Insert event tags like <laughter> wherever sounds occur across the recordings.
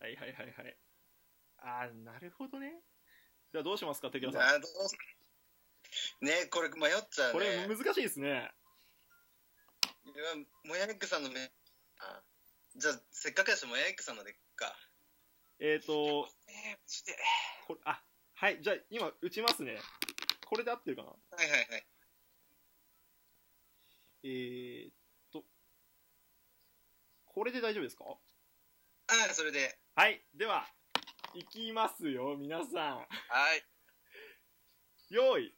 はいはいはいはい。あー、なるほどね。じゃあどうしますか、テキあラどさん。うすねこれ迷っちゃうねこれ難しいですね。いやもやエッグさんのめあじゃあせっかくやしもやエッグさんのでいくかえっ、ー、と、えー、してこれ、あ、はい、じゃあ今打ちますね。これで合ってるかなはいはいはいえー、っと、これで大丈夫ですかあそれではい、では、いきますよ、皆さはん。い用意、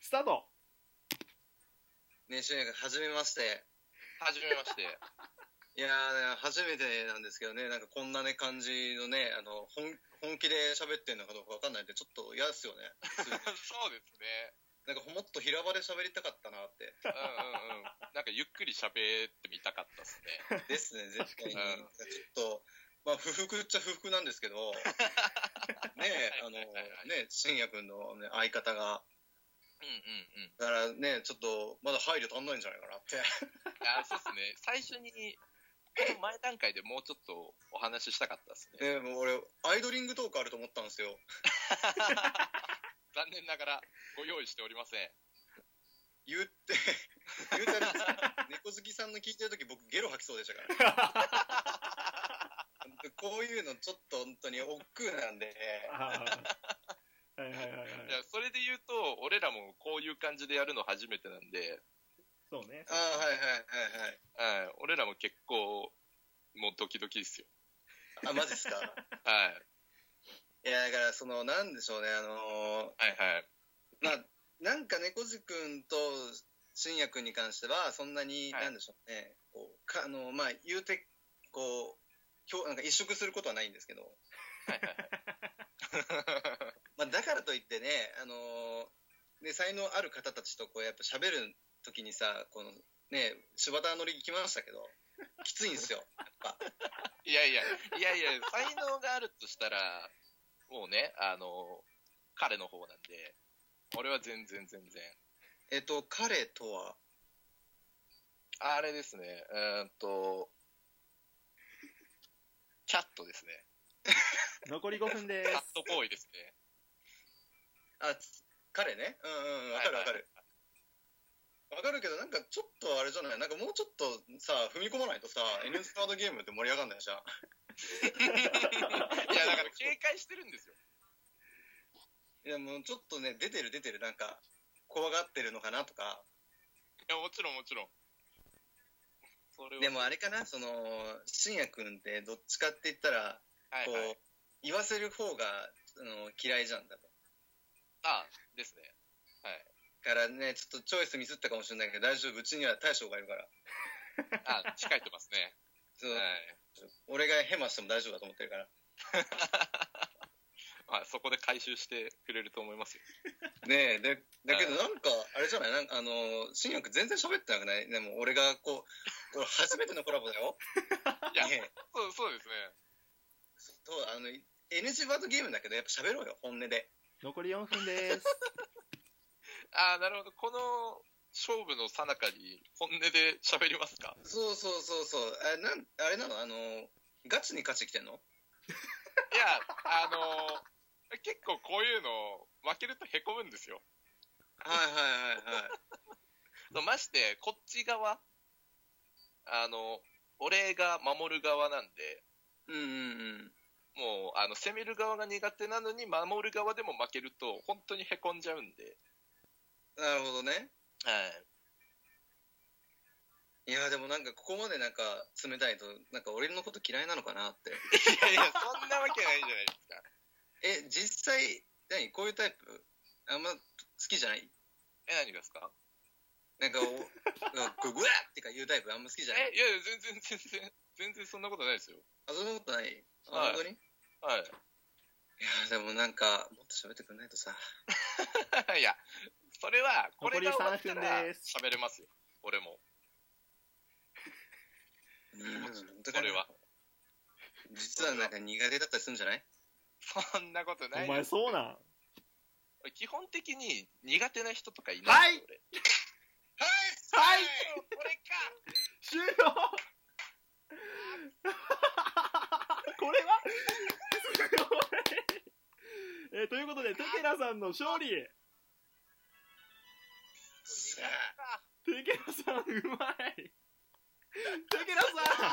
スタートねしゅんやくんはじめましてはじめまして。いやーね初めてなんですけどねなんかこんなね感じのねあの本本気で喋ってるのかどうかわかんないんでちょっと嫌ですよね <laughs> そうですね。なんかもっと平場で喋りたかったなってうんうんうん。なんかゆっくり喋ってみたかったですね。ですね、絶対に。確かになんかちょっと、まあ、不服っちゃ不服なんですけど、ねえ、あの、ねえ、信也君の、ね、相方が、うんうんうん。だからね、ちょっと、まだ配慮足んないんじゃないかなって。あそうですね。最初に、この前段階でもうちょっとお話ししたかったです <laughs> ね。ねえ、もう俺、アイドリングトークあると思ったんですよ。残念ながらご用意しておりません。言って、言うたら、猫好きさんの聞いてる時僕、ゲロ吐きそうでしたから。こういうのちょっと本当に億劫なんで、はいはいはいはい。いやそれで言うと、俺らもこういう感じでやるの初めてなんで、そうねあ。あ、はいはいはいはい。はい、俺らも結構、もうドキドキですよ。あ、マジっすかはい、いや、だから、その、なんでしょうね、あのーはい、はい。まあ、なんか猫背くんと信也くんに関しては、そんなに、はいなんでしょうね、こうかあの、まあ、言うて、こう、きょなんか一色することはないんですけど、まあ、だからといってね、あのーね、才能ある方たちとこう、やっぱ喋るときにさ、この、ね、柴田のり来ましたけど、きついんですよ、やっぱ。いやいや、いやいや、才能があるとしたら、もうね、あの、彼の方なんで、俺は全然全然。えっと、彼とは、あれですね、うーんと、キャットですね。残り5分でキャッす。ト行為です <laughs> ね。あ、つ彼ね。うんうんうん、わかるわかる。わかるけど、なんかちょっとあれじゃないなんかもうちょっとさ、踏み込まないとさ、N スカードゲームって盛り上がんないじゃん。いや、だから警戒してるんですよ。いや、もうちょっとね、出てる出てる、なんか、怖がってるのかなとか。いや、もちろんもちろん。それはでもあれかな、その、信也くんってどっちかって言ったら、はいこう、はい。言わせる方が、あの、嫌いじゃんだと。あ、ですね。だからね、ちょっとチョイスミスったかもしれないけど、大丈夫、うちには大将がいるから。あ、近いてますね。そうはい。俺がヘマしても大丈夫だと思ってるから。まあ、そこで回収してくれると思います <laughs> よ。ねえ、で、だけどなんか、あれじゃないなんか、あの、新薬全然喋ってなくないでも俺がこう、これ初めてのコラボだ <laughs> よ。いや、ねえそうそうですね。そう、あの、NG ワードゲームだけど、やっぱ喋ろうよ、本音で。残り4分です。あなるほど。この勝負の最中に本音で喋りますかそうそうそうそう。あなんあれなのあの、ガチに勝ちきてんのいや、あの結構こういうの、負けると凹むんですよ。はいはいはいはい。そうまして、こっち側、あの、俺が守る側なんで、 <laughs> うんうんもう、あの、攻める側が苦手なのに、守る側でも負けると、本当に凹んじゃうんで。うん。なるほどね。はい。いや、でもなんか、ここまでなんか、冷たいと、なんか俺のこと嫌いなのかなって。いやいや、そんなわけないじゃないですか。え、実際、何こういうタイプあんま好きじゃないえ、何がですかなんかお、なんかグワーってか言うタイプあんま好きじゃないえ、いやいや、全然、全然、全然そんなことないですよ。あ、そんなことないあ、はい本当にいはい。や、でもなんか、もっと喋ってくんないとさ。 <laughs> いや、それは、これが終わった残り三ら分です喋れますよ。俺も。うんそれは。実はなんか苦手だったりするんじゃないそんなことないお前そうなん基本的に苦手な人とかいないんですよはいはい <laughs> 俺。これか終了えーということで、テケラさんの勝利さテケラさん、うまいテケラさん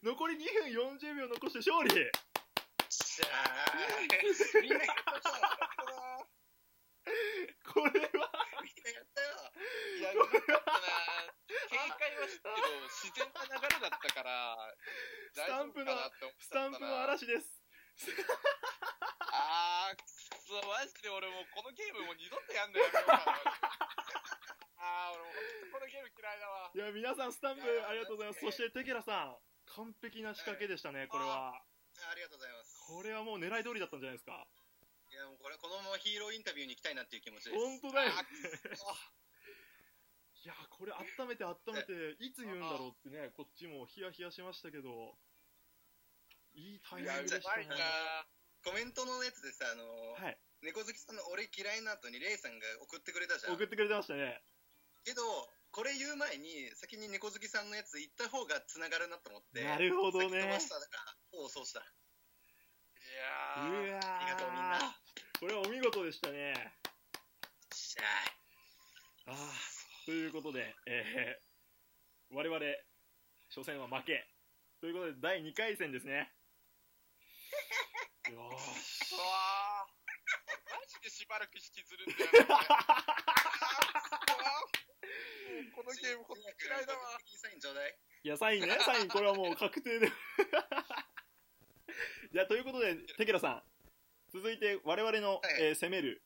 <laughs> 残り2分40秒残して勝利あさあみんなやったよこれは、みんなやったよいや、よかったな警戒はしたけど、自然な流れだったから、スタンプの大丈夫かなって思っスちゃタっンたプなの嵐です。あー、くそ、マジで俺もうこのゲームもう二度とやんのやめようかな。あー、俺もう本当このゲーム嫌いだわ。いや、皆さん、スタンプありがとうございます。そして、テケラさん、完璧な仕掛けでしたね、これは。ありがとうございますこれはもう狙い通りだったんじゃないですか。 <laughs> いやもうこれこのままヒーローインタビューに行きたいなっていう気持ちです本当だよ。あいやーこれ温めて温めて、いつ言うんだろうってね、こっちもヒヤヒヤしましたけど、いいタイミングでしたうまねい。なコメントのやつでさあのーはい、猫好きさんの俺嫌いな後にレイさんが送ってくれたじゃん送ってくれてましたね。けどこれ言う前に先に猫好きさんのやつ行った方が繋がるなと思ってなるほどね。先飛ばしただからおうそうしたういやー。わーありがとうみんなこれはお見事でしたね。しゃあーということで、えー、我々、初戦は負け。ということで、第2回戦です <laughs> ね。よーし。うわー。マジでしばらく引きずるんだよ <laughs> な。これあーもうこのーゲーム本当嫌いだわ。サインちょうだいいや、サインね、サイン、これはもう確定で。い <laughs> や、ということで、テケラさん、続いて我々の、いえー攻める